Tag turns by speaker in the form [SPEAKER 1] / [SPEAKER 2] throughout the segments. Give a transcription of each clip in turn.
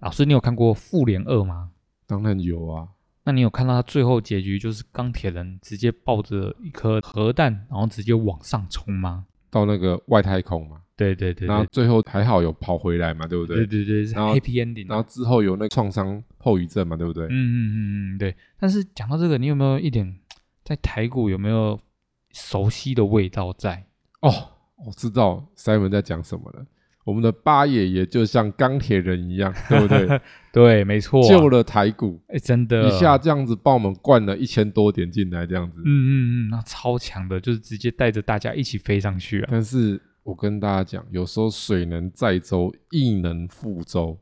[SPEAKER 1] 老师，你有看过《复联二》吗？
[SPEAKER 2] 当然有啊，
[SPEAKER 1] 那你有看到他最后结局就是钢铁人直接抱着一颗核弹，然后直接往上冲吗？
[SPEAKER 2] 到那个外太空嘛，
[SPEAKER 1] 对对对
[SPEAKER 2] 然后
[SPEAKER 1] 对
[SPEAKER 2] 最后还好有跑回来嘛，对不
[SPEAKER 1] 对对对，是
[SPEAKER 2] 然后
[SPEAKER 1] happy ending 啊。
[SPEAKER 2] 然后之后有那个创伤后遗症嘛，对不对？
[SPEAKER 1] 嗯嗯嗯嗯，对。但是讲到这个，你有没有一点在台股有没有熟悉的味道在？
[SPEAKER 2] 哦，我知道 Simon 在讲什么了。我们的八爷爷就像钢铁人一样，对 不对？
[SPEAKER 1] 对，没错、啊
[SPEAKER 2] 救了台股，
[SPEAKER 1] 哎、真的
[SPEAKER 2] 一下，这样子帮我们灌了一千多点进来，这样子。
[SPEAKER 1] 嗯嗯嗯，那超强的，就是直接带着大家一起飞上去啊。
[SPEAKER 2] 但是我跟大家讲，有时候水能载舟，亦能覆舟，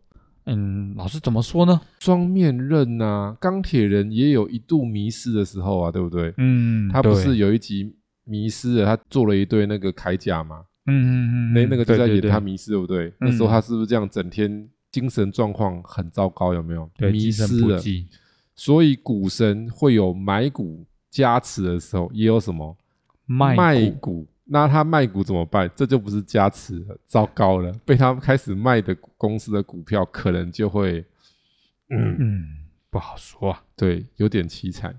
[SPEAKER 1] 嗯，老师怎么说呢？
[SPEAKER 2] 双面刃呐、钢铁人也有一度迷失的时候啊，对不对？
[SPEAKER 1] 嗯，
[SPEAKER 2] 他不
[SPEAKER 1] 对
[SPEAKER 2] 是有一集迷失了，他做了一对那个铠甲嘛，
[SPEAKER 1] 嗯嗯嗯，
[SPEAKER 2] 那那个就在
[SPEAKER 1] 对
[SPEAKER 2] 演
[SPEAKER 1] 对
[SPEAKER 2] 他
[SPEAKER 1] 对嗯
[SPEAKER 2] 迷失，对不对？那时候他是不是这样，整天精神状况很糟糕，有没有？
[SPEAKER 1] 对
[SPEAKER 2] 迷
[SPEAKER 1] 精神
[SPEAKER 2] 失
[SPEAKER 1] 不
[SPEAKER 2] 了，
[SPEAKER 1] 济，
[SPEAKER 2] 所以股神会有买股加持的时候，也有什么
[SPEAKER 1] 卖
[SPEAKER 2] 卖
[SPEAKER 1] 股
[SPEAKER 2] 股。那他卖股怎么办？这就不是加持了，糟糕了！被他开始卖的股公司的股票，可能就会，嗯，
[SPEAKER 1] 嗯，不好说啊。
[SPEAKER 2] 对，有点凄惨。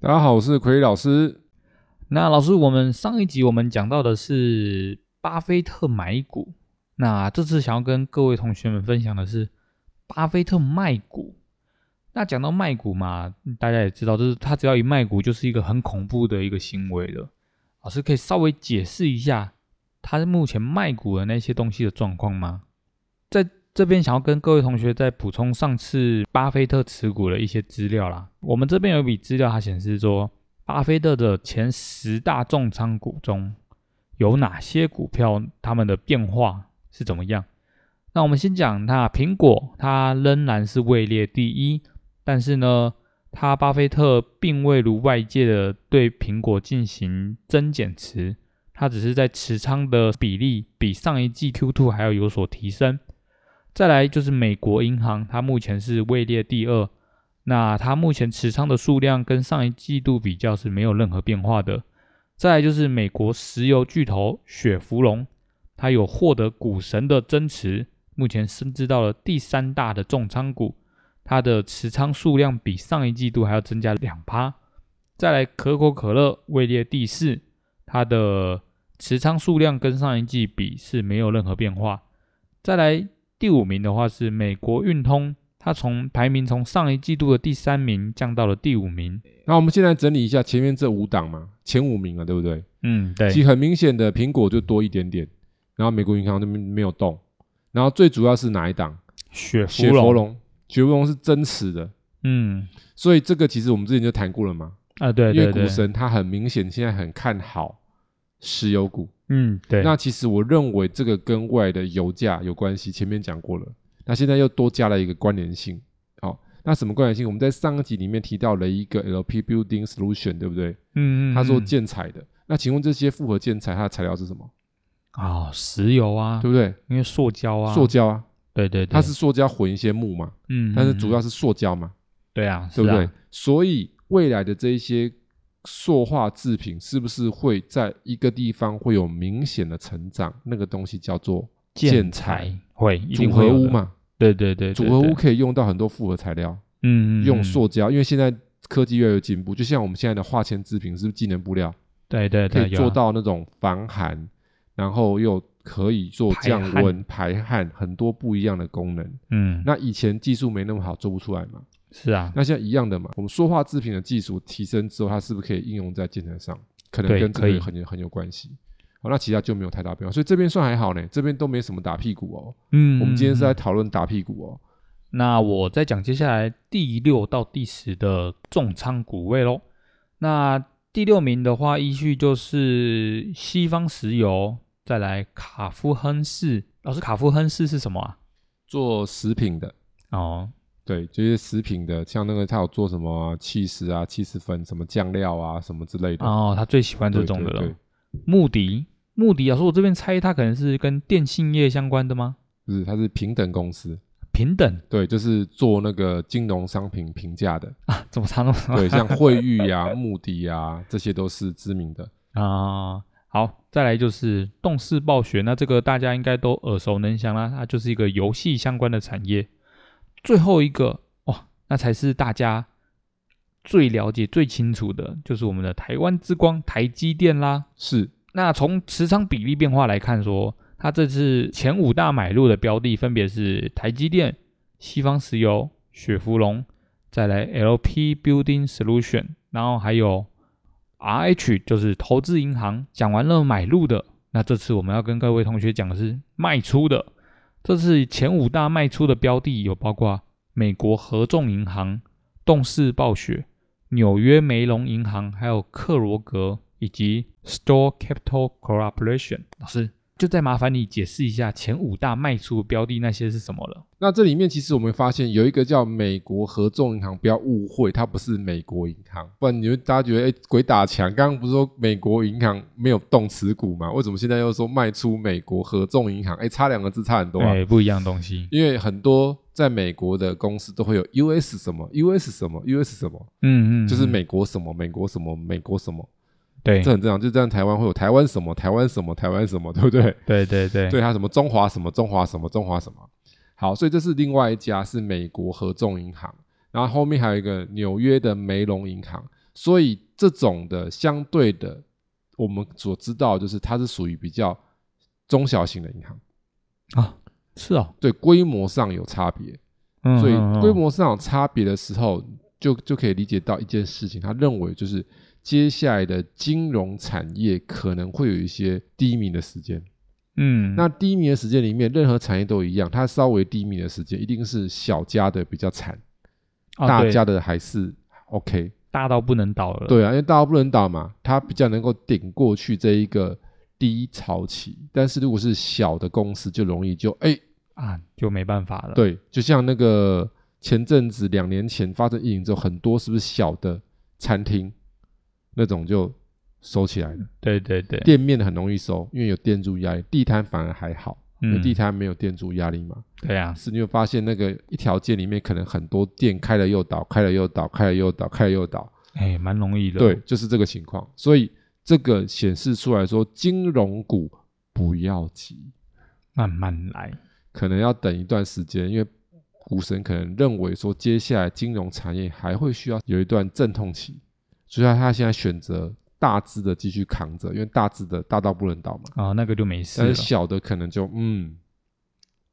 [SPEAKER 2] 大家好，我是奎老师。
[SPEAKER 1] 那老师，我们上一集我们讲到的是巴菲特买股，那这次想要跟各位同学们分享的是巴菲特卖股。那讲到卖股嘛，大家也知道，就是他只要一卖股，就是一个很恐怖的一个行为了。老师可以稍微解释一下他目前卖股的那些东西的状况吗？在这边想要跟各位同学再补充上次巴菲特持股的一些资料啦。我们这边有一笔资料，它显示说，巴菲特的前十大重仓股中有哪些股票，它们的变化是怎么样？那我们先讲它，苹果它仍然是位列第一，但是呢，它巴菲特并未如外界的对苹果进行增减持，它只是在持仓的比例比上一季 Q2 还要有所提升。再来就是美国银行，它目前是位列第二，那它目前持仓的数量跟上一季度比较是没有任何变化的。再来就是美国石油巨头雪佛龙，它有获得股神的增持，目前升至到了第三大的重仓股，它的持仓数量比上一季度还要增加两趴。再来，可口可乐位列第四，它的持仓数量跟上一季比是没有任何变化。再来第五名的话是美国运通，它从排名从上一季度的第三名降到了第五名。
[SPEAKER 2] 那我们现在整理一下前面这五档嘛，前五名了，啊对不对？
[SPEAKER 1] 嗯，对
[SPEAKER 2] 其实很明显的，苹果就多一点点，然后美国银行那边没有动，然后最主要是哪一档？
[SPEAKER 1] 雪佛
[SPEAKER 2] 雪佛龙，雪佛龙是真实的，
[SPEAKER 1] 嗯
[SPEAKER 2] 所以这个其实我们之前就谈过了嘛，
[SPEAKER 1] 啊，对
[SPEAKER 2] 因
[SPEAKER 1] 对
[SPEAKER 2] 为
[SPEAKER 1] 对
[SPEAKER 2] 股，神他很明显现在很看好石油股，
[SPEAKER 1] 嗯对，
[SPEAKER 2] 那其实我认为这个跟未来的油价有关系，前面讲过了，那现在又多加了一个关联性，好、那什么关联性？我们在上个集里面提到了一个 LP Building Solution，对不对？
[SPEAKER 1] 嗯嗯，
[SPEAKER 2] 他做
[SPEAKER 1] 嗯
[SPEAKER 2] 建材的，那请问这些复合建材它的材料是什么？
[SPEAKER 1] 啊石油啊，
[SPEAKER 2] 对不对？
[SPEAKER 1] 因为塑胶啊，
[SPEAKER 2] 塑胶啊，
[SPEAKER 1] 对对对，
[SPEAKER 2] 它是塑胶混一些木嘛，
[SPEAKER 1] 嗯，
[SPEAKER 2] 但是
[SPEAKER 1] 嗯
[SPEAKER 2] 主要是塑胶嘛，
[SPEAKER 1] 对啊，
[SPEAKER 2] 对不
[SPEAKER 1] 是啊
[SPEAKER 2] 对？？所以未来的这一些塑化制品是不是会在一个地方会有明显的成长？那个东西叫做
[SPEAKER 1] 建
[SPEAKER 2] 材
[SPEAKER 1] 材会一
[SPEAKER 2] 组
[SPEAKER 1] 定
[SPEAKER 2] 合
[SPEAKER 1] 会有
[SPEAKER 2] 屋
[SPEAKER 1] 的，
[SPEAKER 2] 嘛，
[SPEAKER 1] 对对对，对
[SPEAKER 2] 组合，屋
[SPEAKER 1] 对
[SPEAKER 2] 可以用到很多复合材料，
[SPEAKER 1] 嗯，嗯
[SPEAKER 2] 用
[SPEAKER 1] 嗯
[SPEAKER 2] 塑胶，因为现在科技越来越进步，就像我们现在的化纤制品是不是技能布料
[SPEAKER 1] 对对
[SPEAKER 2] 可
[SPEAKER 1] 对，
[SPEAKER 2] 以
[SPEAKER 1] 有
[SPEAKER 2] 做
[SPEAKER 1] 啊，
[SPEAKER 2] 到那种防寒，然后又可以做
[SPEAKER 1] 排
[SPEAKER 2] 降
[SPEAKER 1] 汗
[SPEAKER 2] 温、排汗，很多不一样的功能。
[SPEAKER 1] 嗯，
[SPEAKER 2] 那以前技术没那么好，做不出来嘛。
[SPEAKER 1] 是啊，
[SPEAKER 2] 那现在一样的嘛，我们说话制品的技术提升之后，它是不是可以应用在建材上？可能
[SPEAKER 1] 对
[SPEAKER 2] 跟这
[SPEAKER 1] 可以
[SPEAKER 2] 个很有很有关系。好，那其他就没有太大变化，所以这边算还好呢，这边都没什么打屁股哦。
[SPEAKER 1] 嗯，
[SPEAKER 2] 我们今天是
[SPEAKER 1] 嗯
[SPEAKER 2] 在
[SPEAKER 1] 嗯
[SPEAKER 2] 讨论打屁股哦。
[SPEAKER 1] 那我再讲接下来第六到第十的重仓股位喽。那第六名的话，依序就是西方石油，再来卡夫亨氏。老师，卡夫亨氏是什么啊？
[SPEAKER 2] 做食品的，
[SPEAKER 1] 哦，
[SPEAKER 2] 对，就是食品的，像那个他有做什么气势啊、气势粉、什么酱料啊、什么之类的。
[SPEAKER 1] 哦，他最喜欢这
[SPEAKER 2] 对
[SPEAKER 1] 种的
[SPEAKER 2] 对对
[SPEAKER 1] 了。穆迪，穆迪，老师，我这边猜他可能是跟电信业相关的吗？
[SPEAKER 2] 不是，它是平等公司，
[SPEAKER 1] 平等
[SPEAKER 2] 对，就是做那个金融商品评价 的，
[SPEAKER 1] 啊？ 怎么差那么多
[SPEAKER 2] 对，像惠誉呀、 穆迪呀，这些都是知名的。
[SPEAKER 1] 啊？好，再来就是动视暴雪，那这个大家应该都耳熟能详啦，它就是一个游戏相关的产业。最后一个哇，那才是大家最了解、最清楚的，就是我们的台湾之光台积电啦。
[SPEAKER 2] 是，
[SPEAKER 1] 那从持仓比例变化来看说，它这次前五大买入的标的分别是台积电、西方石油、雪佛龙，再来 LP Building Solution，然后还有 RH 就是投资银行。讲完了买入的，那这次我们要跟各位同学讲的是卖出的。这次前五大卖出的标的有包括美国合众银行、动视暴雪、纽约梅隆银行，还有克罗格以及 Store Capital Corporation。老师，就再麻烦你解释一下前五大卖出的标的那些是什么了。
[SPEAKER 2] 那这里面其实我们发现有一个叫美国合众银行，不要误会，它不是美国银行，不然你就大家觉得哎、诶鬼打墙。刚刚不是说美国银行没有动持股吗？为什么现在又说卖出美国合众银行？哎、差两个字差很多啊！
[SPEAKER 1] 对，哎不一样的东西。
[SPEAKER 2] 因为很多在美国的公司都会有 US 什么 US 什么 US 什么，
[SPEAKER 1] 嗯嗯，
[SPEAKER 2] 就是
[SPEAKER 1] 嗯
[SPEAKER 2] 美国什么美国什么美国什么，
[SPEAKER 1] 对
[SPEAKER 2] 这很正常。就这样，台湾会有台湾什么台湾什么台湾什么，对 不对？
[SPEAKER 1] 对对对
[SPEAKER 2] 对它什么中华什么中华什么中华什么。好，所以这是另外一家是美国合众银行，然后后面还有一个纽约的梅隆银行。所以这种的相对的，我们所知道就是它是属于比较中小型的银行，
[SPEAKER 1] 啊，是哦，
[SPEAKER 2] 对规模上有差别。
[SPEAKER 1] 嗯，
[SPEAKER 2] 所以
[SPEAKER 1] 嗯嗯
[SPEAKER 2] 规模市场差别的时候，就就可以理解到一件事情，他认为就是接下来的金融产业可能会有一些低迷的时间。
[SPEAKER 1] 嗯，
[SPEAKER 2] 那低迷的时间里面，任何产业都一样，它稍微低迷的时间一定是小家的比较惨，
[SPEAKER 1] 啊
[SPEAKER 2] 大
[SPEAKER 1] 对
[SPEAKER 2] 家的还是 OK。
[SPEAKER 1] 大到不能倒了。
[SPEAKER 2] 对啊，因为大家不能倒嘛，它比较能够顶过去这一个低潮期。但是如果是小的公司，就容易就哎
[SPEAKER 1] 啊，就没办法了。
[SPEAKER 2] 对，就像那个前阵子两年前发生疫情之后，很多是不是小的餐厅那种就收起来了，
[SPEAKER 1] 对对对
[SPEAKER 2] 店面很容易收，因为有店主压力，地摊反而还好，因为
[SPEAKER 1] 嗯
[SPEAKER 2] 地摊没有店主压力嘛。
[SPEAKER 1] 对啊，
[SPEAKER 2] 是你会发现那个一条街里面可能很多店开了又倒，开了又倒，开了又倒，开了又倒，
[SPEAKER 1] 哎，蛮容易的。
[SPEAKER 2] 对，，就是这个情况。所以这个显示出来说，金融股不要急。
[SPEAKER 1] 慢慢来。
[SPEAKER 2] 可能要等一段时间，因为股神可能认为说，接下来金融产业还会需要有一段阵痛期，所以他他现在选择大只的继续扛着，因为大只的大到不能倒嘛，
[SPEAKER 1] 啊，那个就没事
[SPEAKER 2] 但
[SPEAKER 1] 了
[SPEAKER 2] 是。小的可能就嗯，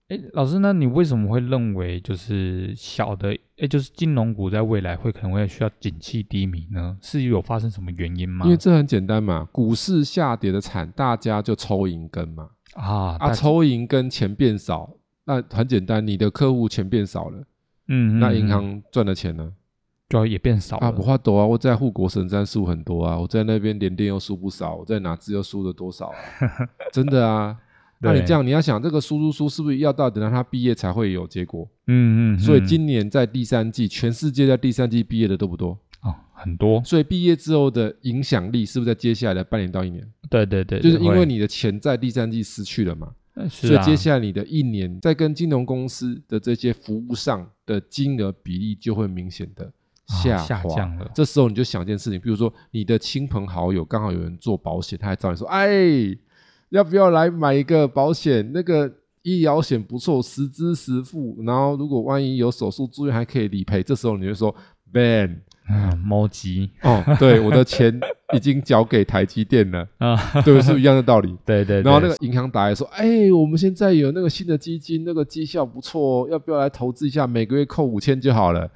[SPEAKER 1] 哎，老师，那你为什么会认为就是小的，哎，就是金融股在未来会可能会需要景气低迷呢？是有发生什么原因吗？
[SPEAKER 2] 因为这很简单嘛，股市下跌的惨，大家就抽银根嘛，
[SPEAKER 1] 啊，
[SPEAKER 2] 啊，
[SPEAKER 1] 大，
[SPEAKER 2] 抽银根钱变少，那很简单，你的客户钱变少了，
[SPEAKER 1] 嗯，嗯
[SPEAKER 2] 那银
[SPEAKER 1] 嗯
[SPEAKER 2] 行赚的钱呢？
[SPEAKER 1] 就也变少
[SPEAKER 2] 啊，
[SPEAKER 1] 了。
[SPEAKER 2] 不怕抖啊！我在护国神山输很多啊，我在那边连电又输不少，我在哪支又输了 多少啊？真的啊！那你
[SPEAKER 1] 对
[SPEAKER 2] 这样，你要想这个输输输，是不是要到等到他毕业才会有结果？
[SPEAKER 1] 嗯嗯，
[SPEAKER 2] 所以
[SPEAKER 1] 嗯
[SPEAKER 2] 今年在第三季，全世界在第三季毕业的都不多，
[SPEAKER 1] 哦很多，
[SPEAKER 2] 所以毕业之后的影响力是不是在接下来的半年到一年？
[SPEAKER 1] 对对对，
[SPEAKER 2] 就是因
[SPEAKER 1] 会
[SPEAKER 2] 为你的钱在第三季失去了嘛，
[SPEAKER 1] 呃是
[SPEAKER 2] 所以
[SPEAKER 1] 啊
[SPEAKER 2] 接下来你的一年在跟金融公司的这些服务上的金额比例就会明显的
[SPEAKER 1] 啊
[SPEAKER 2] 下
[SPEAKER 1] 下
[SPEAKER 2] 滑。
[SPEAKER 1] 降了。
[SPEAKER 2] 这时候你就想一件事情，比如说你的亲朋好友刚好有人做保险，他还找你说：“哎，要不要来买一个保险？那个医疗险不错，实支实付。然后如果万一有手术住院还可以理赔。”这时候你就说：“Man，
[SPEAKER 1] 嗯，猫急
[SPEAKER 2] 哦，对，我的钱已经交给台积电了，
[SPEAKER 1] 啊，
[SPEAKER 2] 对不对？是不是一样的道理？”
[SPEAKER 1] 对对，
[SPEAKER 2] 然后那
[SPEAKER 1] 对
[SPEAKER 2] 个银行打来说：“哎，我们现在有那个新的基金，那个绩效不错哦，要不要来投资一下？每个月扣五千就好了。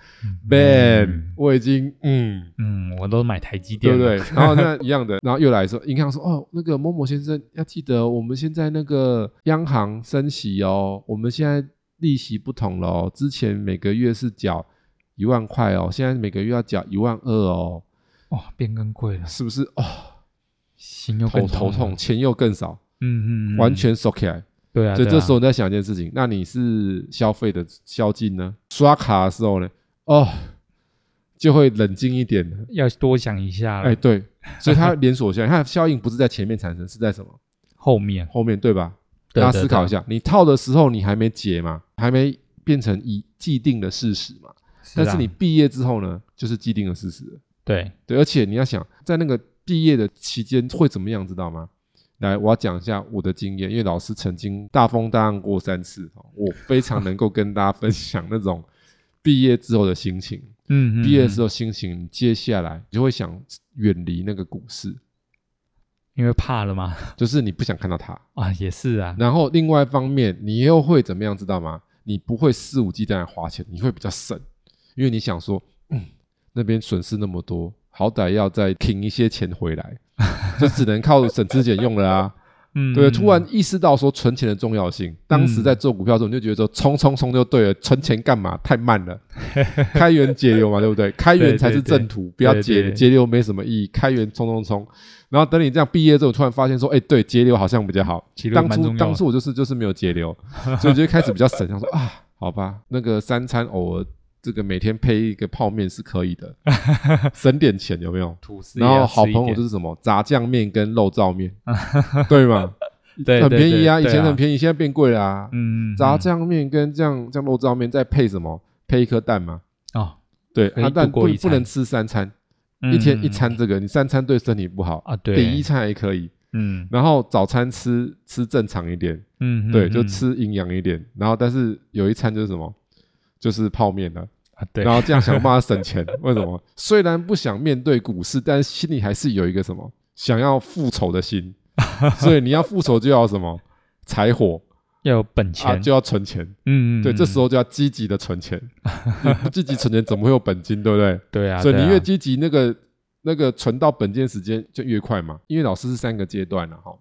[SPEAKER 2] ”Man，我已经嗯
[SPEAKER 1] 嗯，我都买台积电，
[SPEAKER 2] 对不 对？？然后那一样的，然后又来说，银行说哦，那个某某先生要记得哦，我们现在那个央行升息哦，我们现在利息不同了哦，之前每个月是缴一万块哦，现在每个月要缴一万二哦。
[SPEAKER 1] 哇，变更贵了，
[SPEAKER 2] 是不是？哦，
[SPEAKER 1] 心又
[SPEAKER 2] 头
[SPEAKER 1] 更
[SPEAKER 2] 头
[SPEAKER 1] 了
[SPEAKER 2] 痛，，啊钱又更少，
[SPEAKER 1] 嗯嗯，嗯
[SPEAKER 2] 完全收起来。
[SPEAKER 1] 对啊。
[SPEAKER 2] 所以
[SPEAKER 1] 对
[SPEAKER 2] 这
[SPEAKER 1] 啊
[SPEAKER 2] 时候你在想一件事情，那你是消费的宵禁呢？刷卡的时候呢？哦，就会冷静一点了。
[SPEAKER 1] 要多想一下了，
[SPEAKER 2] 哎，对，所以它连锁效应，它的效应不是在前面产生，是在什么
[SPEAKER 1] 后面
[SPEAKER 2] 后面对吧？
[SPEAKER 1] 对
[SPEAKER 2] 大家
[SPEAKER 1] 对
[SPEAKER 2] 思考
[SPEAKER 1] 对
[SPEAKER 2] 一下，你套的时候你还没解嘛，还没变成已既定的事实嘛。但
[SPEAKER 1] 啊
[SPEAKER 2] 是你毕业之后呢，就是既定的事实了。
[SPEAKER 1] 对
[SPEAKER 2] 对，而且你要想，在那个毕业的期间会怎么样，知道吗？来，我要讲一下我的经验，因为老师曾经大风大浪过三次，哦我非常能够跟大家分享那种毕业之后的心情。
[SPEAKER 1] 嗯，嗯
[SPEAKER 2] 毕业
[SPEAKER 1] 嗯
[SPEAKER 2] 之后心情，接下来你就会想远离那个股市，
[SPEAKER 1] 因为怕了嘛，
[SPEAKER 2] 就是你不想看到它。
[SPEAKER 1] 啊也是啊，
[SPEAKER 2] 然后另外一方面，你又会怎么样，知道吗？你不会肆无忌惮的花钱，你会比较省，因为你想说，嗯，那边损失那么多，好歹要再挺一些钱回来，就只能靠省吃俭用了啊。
[SPEAKER 1] 嗯，
[SPEAKER 2] 对，
[SPEAKER 1] 嗯
[SPEAKER 2] 突然意识到说存钱的重要性。当时在做股票的时候，你就觉得说冲冲冲就对了，存钱干嘛？太慢了， 开源节流嘛，对不对？开源才是正途，不要
[SPEAKER 1] 对
[SPEAKER 2] 节
[SPEAKER 1] 对
[SPEAKER 2] 节流没什么意义，开源冲冲冲。然后等你这样毕业之后，突然发现说，哎，对，节流好像比较好
[SPEAKER 1] 节。流
[SPEAKER 2] 当
[SPEAKER 1] 蛮重
[SPEAKER 2] 初
[SPEAKER 1] 要
[SPEAKER 2] 当
[SPEAKER 1] 的
[SPEAKER 2] 初我就是就是没有节流，所以我就开始比较省，想说啊，好吧，那个三餐偶尔这个每天配一个泡面是可以的，省点钱有 没有？
[SPEAKER 1] 吐司也
[SPEAKER 2] 然
[SPEAKER 1] 要吃一点，
[SPEAKER 2] 后好朋友就是什么炸酱面跟肉燥面，对吗？
[SPEAKER 1] 对
[SPEAKER 2] 很
[SPEAKER 1] 对
[SPEAKER 2] 便宜
[SPEAKER 1] 对
[SPEAKER 2] 啊，以
[SPEAKER 1] 对
[SPEAKER 2] 前很便宜，现在变贵啦、
[SPEAKER 1] 嗯，嗯
[SPEAKER 2] 炸
[SPEAKER 1] 嗯
[SPEAKER 2] 酱面跟酱酱肉燥面再配什么？配一颗蛋嘛。
[SPEAKER 1] 哦，
[SPEAKER 2] 对，
[SPEAKER 1] 可以
[SPEAKER 2] 啊，
[SPEAKER 1] 度
[SPEAKER 2] 蛋
[SPEAKER 1] 过
[SPEAKER 2] 不
[SPEAKER 1] 一
[SPEAKER 2] 不能
[SPEAKER 1] 餐
[SPEAKER 2] 吃三餐，一天一
[SPEAKER 1] 嗯
[SPEAKER 2] 餐这个，你三餐对身体不好。
[SPEAKER 1] 啊，对，
[SPEAKER 2] 第一餐还可以，
[SPEAKER 1] 嗯
[SPEAKER 2] 然后早餐吃吃正常一点，
[SPEAKER 1] 嗯，嗯
[SPEAKER 2] 对，就
[SPEAKER 1] 嗯
[SPEAKER 2] 吃营养一点。然后但是有一餐就是什么？就是泡面了，
[SPEAKER 1] 啊，对，
[SPEAKER 2] 然后这样想办法 省钱。为什么？虽然不想面对股市，但心里还是有一个什么想要复仇的心，所以你要复仇就要什么柴火
[SPEAKER 1] 要有本
[SPEAKER 2] 啊，
[SPEAKER 1] 钱，
[SPEAKER 2] 就要存钱。
[SPEAKER 1] 嗯嗯，
[SPEAKER 2] 对，这时
[SPEAKER 1] 候
[SPEAKER 2] 候就要积极的 存钱，你不积极存钱怎么会有本金，对不对？
[SPEAKER 1] 对啊，
[SPEAKER 2] 所以
[SPEAKER 1] 对
[SPEAKER 2] 你
[SPEAKER 1] 啊
[SPEAKER 2] 越积极，那个那个存到本金的时间就越快嘛。因为老师是三个阶段了哈，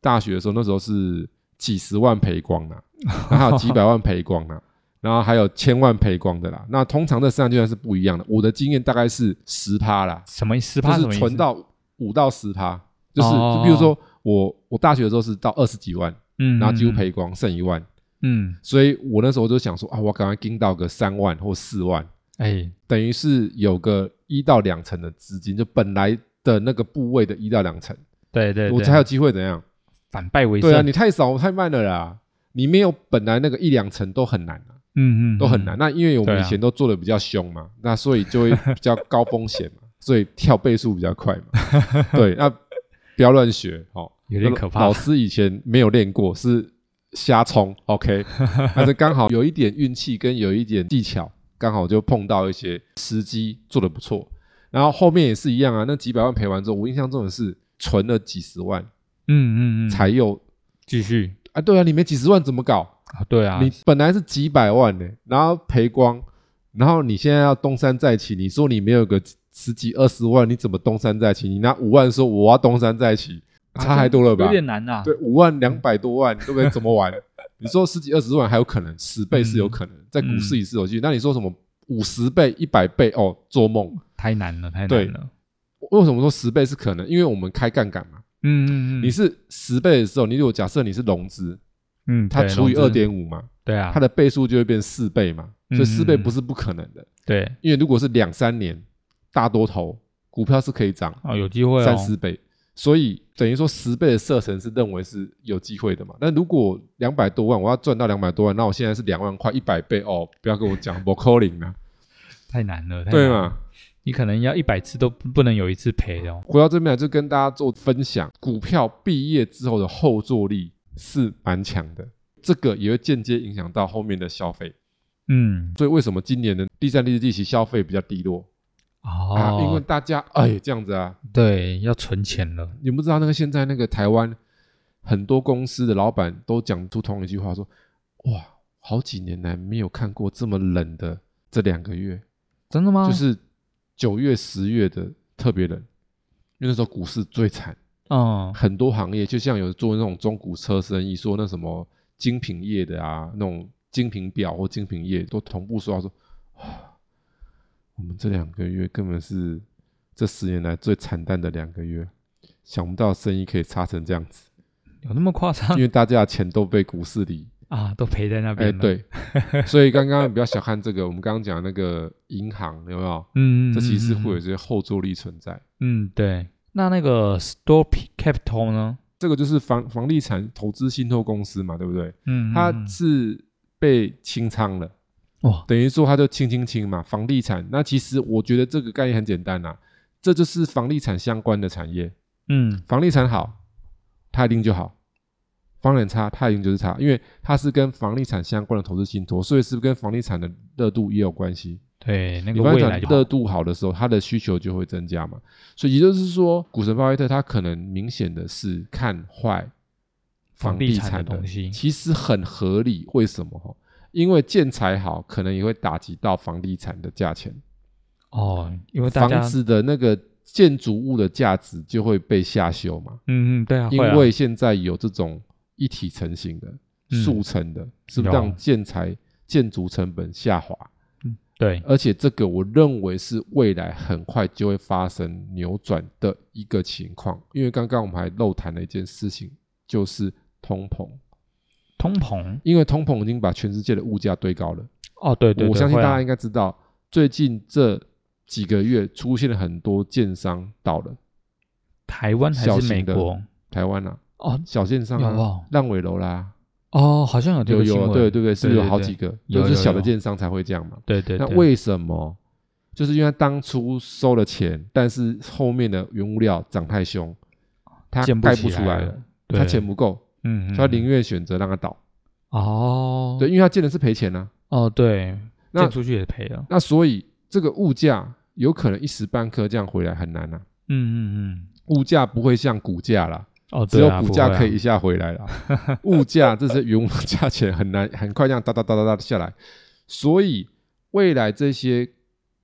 [SPEAKER 2] 大学的时候那时候是几十万赔光啦，然后还有几百万赔光啦，然后还有千万赔光的啦。那通常这三个阶段是不一样的。我的经验大概是十趴啦，
[SPEAKER 1] 什么十
[SPEAKER 2] 就
[SPEAKER 1] 趴
[SPEAKER 2] 是
[SPEAKER 1] 什么意
[SPEAKER 2] 存
[SPEAKER 1] 思
[SPEAKER 2] 到五到十趴，就是
[SPEAKER 1] 哦
[SPEAKER 2] 就比如说我我大学的时候是到二十几万，
[SPEAKER 1] 嗯，
[SPEAKER 2] 然后几乎
[SPEAKER 1] 嗯，
[SPEAKER 2] 赔光，剩一万。
[SPEAKER 1] 嗯，
[SPEAKER 2] 所以我那时候就想说啊，我赶快盯到个三万或四万，
[SPEAKER 1] 哎，
[SPEAKER 2] 等于是有个一到两成的资金，就本来的那个部位的一到两成，
[SPEAKER 1] 对对，
[SPEAKER 2] 我
[SPEAKER 1] 对
[SPEAKER 2] 才有机会怎样？
[SPEAKER 1] 反败为胜，
[SPEAKER 2] 对啊，你太少太慢了啦，你没有本来那个一两成都很难啊，
[SPEAKER 1] 嗯嗯
[SPEAKER 2] 都很难。，那因为我
[SPEAKER 1] 对
[SPEAKER 2] 们
[SPEAKER 1] 啊
[SPEAKER 2] 以前都做的比较凶嘛，那所以就会比较高风险 嘛，所以跳倍数比较快嘛。对，那不要乱学哦，
[SPEAKER 1] 有点
[SPEAKER 2] 那
[SPEAKER 1] 可怕
[SPEAKER 2] 老师以前没有练过，是瞎冲，OK，但 是刚好有一点运气跟有一点技巧，刚好就碰到一些时机做的不错。然后后面也是一样啊，那几百万赔完之后，我印象中也是存了几十万，
[SPEAKER 1] 嗯嗯嗯，
[SPEAKER 2] 才有、
[SPEAKER 1] 继续
[SPEAKER 2] 啊，对啊，你没几十万怎么搞？
[SPEAKER 1] 啊，对啊，
[SPEAKER 2] 你本来是几百万呢、然后赔光，然后你现在要东山再起，你说你没有个十几二十万，你怎么东山再起？你拿五万说我要东山再起，
[SPEAKER 1] 啊
[SPEAKER 2] 差太多了吧？
[SPEAKER 1] 有点难啊呐，
[SPEAKER 2] 对，五万两百多万，对不对？怎么玩？你说十几二十万还有可能，十倍是有
[SPEAKER 1] 嗯
[SPEAKER 2] 可能，在股市里是有机会。那你说什么五十倍、一百倍？哦，做梦！
[SPEAKER 1] 太难了，太
[SPEAKER 2] 对
[SPEAKER 1] 难了，
[SPEAKER 2] 为什么说十倍是可能？因为我们开杠杆嘛。
[SPEAKER 1] 嗯嗯嗯，
[SPEAKER 2] 你是十倍的时候，你如果假设你是融资，
[SPEAKER 1] 嗯，
[SPEAKER 2] 它
[SPEAKER 1] 对
[SPEAKER 2] 除以
[SPEAKER 1] 融
[SPEAKER 2] 二
[SPEAKER 1] 资
[SPEAKER 2] 点五嘛，
[SPEAKER 1] 对啊，
[SPEAKER 2] 它的倍数就会变四倍嘛，
[SPEAKER 1] 嗯
[SPEAKER 2] 所以四倍
[SPEAKER 1] 嗯嗯
[SPEAKER 2] 不是不可能的。
[SPEAKER 1] 对
[SPEAKER 2] 因为如果是两三年大多头，股票是可以涨
[SPEAKER 1] 哦，有机会哦
[SPEAKER 2] 三十倍，所以等于说十倍的射程是认为是有机会的嘛。那如果两百多万，我要赚到两百多万，那我现在是两万块，一百倍哦，不要跟我讲不扣零 啊，
[SPEAKER 1] 太难了，太
[SPEAKER 2] 对
[SPEAKER 1] 难了？
[SPEAKER 2] 嘛？
[SPEAKER 1] 你可能要一百次都不不能有一次赔哦，
[SPEAKER 2] 回到这边来，就跟大家做分享，股票毕业之后的后坐力是蛮强的，这个也会间接影响到后面的消费。
[SPEAKER 1] 嗯，
[SPEAKER 2] 所以为什么今年的第三、第四季期消费比较低落、啊？因为
[SPEAKER 1] 哦，
[SPEAKER 2] 大家哎这样子啊，
[SPEAKER 1] 对，要存钱了，
[SPEAKER 2] 你不知道那个现在那个台湾很多公司的老板都讲出同一句话说：“哇，好几年来没有看过这么冷的这两个月，
[SPEAKER 1] 真的吗？
[SPEAKER 2] 就是九月、十月的特别冷，因为那时候股市最惨，
[SPEAKER 1] 嗯，
[SPEAKER 2] 很多行业就像有做那种中古车生意，说那什么精品业的啊，那种精品表或精啊品业都同步说到说，哇我们这两个月根本是这十年来最惨淡的两个月，想不到生意可以差成这样子，
[SPEAKER 1] 有那么夸张
[SPEAKER 2] 因为大家的钱都被股市里
[SPEAKER 1] 啊？都赔在那
[SPEAKER 2] 哎、
[SPEAKER 1] 边了。，
[SPEAKER 2] 对，所以刚刚不要小看这个，我们刚刚讲那个银行有没有？
[SPEAKER 1] 嗯，嗯
[SPEAKER 2] 这其实会
[SPEAKER 1] 嗯
[SPEAKER 2] 有一些后坐力存在。
[SPEAKER 1] 嗯，嗯对。那那个 Store Capital 呢？
[SPEAKER 2] 这个就是房房地产投资信托公司嘛，对不对？
[SPEAKER 1] 嗯，
[SPEAKER 2] 它
[SPEAKER 1] 嗯嗯
[SPEAKER 2] 是被清仓了，
[SPEAKER 1] 哇，
[SPEAKER 2] 等于说它就清清清嘛，房地产。那其实我觉得这个概念很简单啦、这就是房地产相关的产业，
[SPEAKER 1] 嗯
[SPEAKER 2] 房地产好，它一定就好；房产差，它一定就是差，因为它是跟房地产相关的投资信托，所以是不是跟房地产的热度也有关系？
[SPEAKER 1] 对，那
[SPEAKER 2] 你
[SPEAKER 1] 个
[SPEAKER 2] 房
[SPEAKER 1] 未
[SPEAKER 2] 地
[SPEAKER 1] 来
[SPEAKER 2] 产
[SPEAKER 1] 就
[SPEAKER 2] 热
[SPEAKER 1] 好
[SPEAKER 2] 度好的时候，它的需求就会增加嘛。所以也就是说，股神巴菲特他可能明显的是看坏
[SPEAKER 1] 房
[SPEAKER 2] 房
[SPEAKER 1] 地
[SPEAKER 2] 地
[SPEAKER 1] 产的
[SPEAKER 2] 产
[SPEAKER 1] 东西
[SPEAKER 2] 其实很合理。为什么？哈，因为建材好，可能也会打击到房地产的价钱，
[SPEAKER 1] 哦，因为大家
[SPEAKER 2] 房子的那个建筑物的价值就会被下修嘛。
[SPEAKER 1] 嗯嗯对啊，
[SPEAKER 2] 因
[SPEAKER 1] 会啊
[SPEAKER 2] 为现在有这种一体成型的、
[SPEAKER 1] 嗯
[SPEAKER 2] 速成的，是不
[SPEAKER 1] 有
[SPEAKER 2] 是让建材建筑成本下滑？
[SPEAKER 1] 对
[SPEAKER 2] 而且这个我认为是未来很快就会发生扭转的一个情况，因为刚刚我们还漏谈了一件事情，就是通膨，
[SPEAKER 1] 通膨
[SPEAKER 2] 因为通膨已经把全世界的物价堆高了。
[SPEAKER 1] 哦，对对，
[SPEAKER 2] 我
[SPEAKER 1] 对
[SPEAKER 2] 相信
[SPEAKER 1] 会
[SPEAKER 2] 大
[SPEAKER 1] 啊
[SPEAKER 2] 家应该知道，最近这几个月出现了很多建商倒了，
[SPEAKER 1] 台湾还
[SPEAKER 2] 小
[SPEAKER 1] 是美
[SPEAKER 2] 型的
[SPEAKER 1] 国
[SPEAKER 2] 台湾啊，
[SPEAKER 1] 哦
[SPEAKER 2] 小建商
[SPEAKER 1] 有哦
[SPEAKER 2] 啊，烂尾楼啦、
[SPEAKER 1] 哦，好像有这
[SPEAKER 2] 有
[SPEAKER 1] 个新
[SPEAKER 2] 有
[SPEAKER 1] 闻，
[SPEAKER 2] 对对对，是不是有好
[SPEAKER 1] 对
[SPEAKER 2] 几个，
[SPEAKER 1] 有
[SPEAKER 2] 就是
[SPEAKER 1] 有
[SPEAKER 2] 小的
[SPEAKER 1] 有
[SPEAKER 2] 建商才会这样嘛。
[SPEAKER 1] 对对，
[SPEAKER 2] 那
[SPEAKER 1] 对
[SPEAKER 2] 为什么？就是因为他当初收了钱，但是后面的原物料涨太凶，他
[SPEAKER 1] 建不
[SPEAKER 2] 盖
[SPEAKER 1] 起
[SPEAKER 2] 不出
[SPEAKER 1] 来
[SPEAKER 2] 来
[SPEAKER 1] 了
[SPEAKER 2] 了，他
[SPEAKER 1] 对
[SPEAKER 2] 钱不够，
[SPEAKER 1] 嗯，
[SPEAKER 2] 所以他
[SPEAKER 1] 嗯
[SPEAKER 2] 宁愿选择让他倒。
[SPEAKER 1] 哦，
[SPEAKER 2] 对，因为他建的是赔钱啊。
[SPEAKER 1] 哦对，
[SPEAKER 2] 那
[SPEAKER 1] 借出去也赔了，
[SPEAKER 2] 那所以这个物价有可能一时半刻这样回来很难啊。
[SPEAKER 1] 嗯嗯嗯，
[SPEAKER 2] 物价不会像股价啦，
[SPEAKER 1] 哦，
[SPEAKER 2] 只
[SPEAKER 1] 对
[SPEAKER 2] 有
[SPEAKER 1] 啊
[SPEAKER 2] 股
[SPEAKER 1] 不
[SPEAKER 2] 价
[SPEAKER 1] 会啊
[SPEAKER 2] 可以一下回 来啦。物价这些原物料价钱很难很快这样哒哒哒哒哒地下来，所以未来这些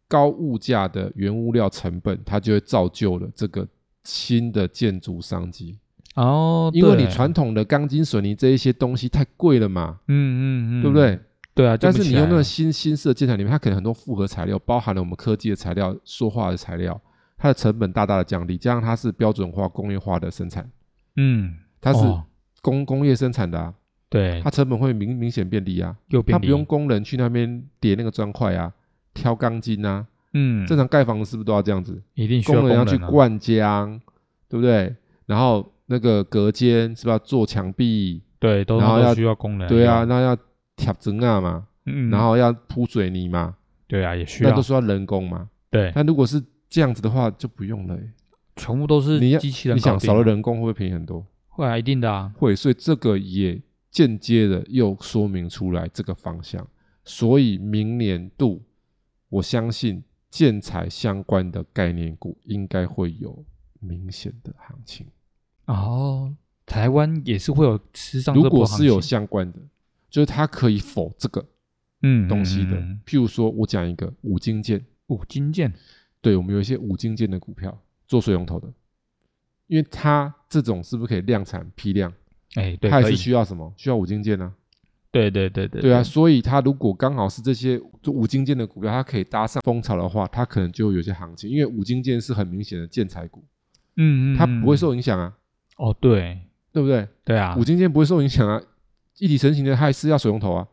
[SPEAKER 2] 高物价的原物料成本，它就会造就了这个新的建筑商机。
[SPEAKER 1] 哦，
[SPEAKER 2] 因为你
[SPEAKER 1] 对
[SPEAKER 2] 传统的钢筋水泥这一些东西太贵了嘛，
[SPEAKER 1] 嗯嗯嗯，
[SPEAKER 2] 对不？对？
[SPEAKER 1] 对啊，
[SPEAKER 2] 但是你用那
[SPEAKER 1] 个
[SPEAKER 2] 个新新式的建材里面，它可能很多复合材料，包含了我们科技的材料、塑化的材料，它的成本大大的降低，加上它是标准化、工业化的生产，
[SPEAKER 1] 嗯，
[SPEAKER 2] 它是
[SPEAKER 1] 哦
[SPEAKER 2] 工、工业生产的啊，
[SPEAKER 1] 对
[SPEAKER 2] 它成本会明明显变低啊。
[SPEAKER 1] 右边
[SPEAKER 2] 他不用工人去那边叠那个砖块啊，挑钢筋啊。
[SPEAKER 1] 嗯，
[SPEAKER 2] 正常盖房子是不是都要这样子？
[SPEAKER 1] 一定需要
[SPEAKER 2] 工人要去
[SPEAKER 1] 啊
[SPEAKER 2] 灌浆，对不对？然后那个隔间是不是要做墙壁？
[SPEAKER 1] 对，都
[SPEAKER 2] 然后
[SPEAKER 1] 都
[SPEAKER 2] 要
[SPEAKER 1] 需哎要工人，
[SPEAKER 2] 对啊，，那要挑砖啊嘛，
[SPEAKER 1] 嗯，
[SPEAKER 2] 然后要铺水泥嘛，
[SPEAKER 1] 对啊，也需
[SPEAKER 2] 那
[SPEAKER 1] 要哎
[SPEAKER 2] 都，需要人工嘛。
[SPEAKER 1] 对，
[SPEAKER 2] 但如果是这样子的话，就不用了欸、
[SPEAKER 1] 全部都是
[SPEAKER 2] 你要
[SPEAKER 1] 机器人
[SPEAKER 2] 你
[SPEAKER 1] 搞定啊，
[SPEAKER 2] 想少了人工会不会便宜很多？
[SPEAKER 1] 会啊，一定的啊，
[SPEAKER 2] 会，所以这个也间接的又说明出来这个方向。所以明年度，我相信建材相关的概念股应该会有明显的行情。
[SPEAKER 1] 哦，台湾也是会有吃上这
[SPEAKER 2] 如
[SPEAKER 1] 波
[SPEAKER 2] 果
[SPEAKER 1] 行
[SPEAKER 2] 是有
[SPEAKER 1] 情
[SPEAKER 2] 相关的，就是它可以否这个
[SPEAKER 1] 嗯
[SPEAKER 2] 东西的。
[SPEAKER 1] 嗯嗯嗯
[SPEAKER 2] 譬如说，我讲一个五金件，
[SPEAKER 1] 五金件，
[SPEAKER 2] 对我们有一些五金件的股票做水龙头的，因为它这种是不是可以量产批量？
[SPEAKER 1] 哎，对，
[SPEAKER 2] 它也
[SPEAKER 1] 可
[SPEAKER 2] 是
[SPEAKER 1] 以，
[SPEAKER 2] 需要什么？需要五金件啊。
[SPEAKER 1] 对对对对
[SPEAKER 2] 对啊，，所以它如果刚好是这些就五金件的股票，它可以搭上风潮的话，它可能就有些行情，因为五金件是很明显的建材股，
[SPEAKER 1] 嗯嗯，
[SPEAKER 2] 它不会
[SPEAKER 1] 嗯
[SPEAKER 2] 受影响啊，
[SPEAKER 1] 哦，对
[SPEAKER 2] 对不对？
[SPEAKER 1] 对啊
[SPEAKER 2] 五，金件不会受影响啊，一体成型的它还是要水龙头啊，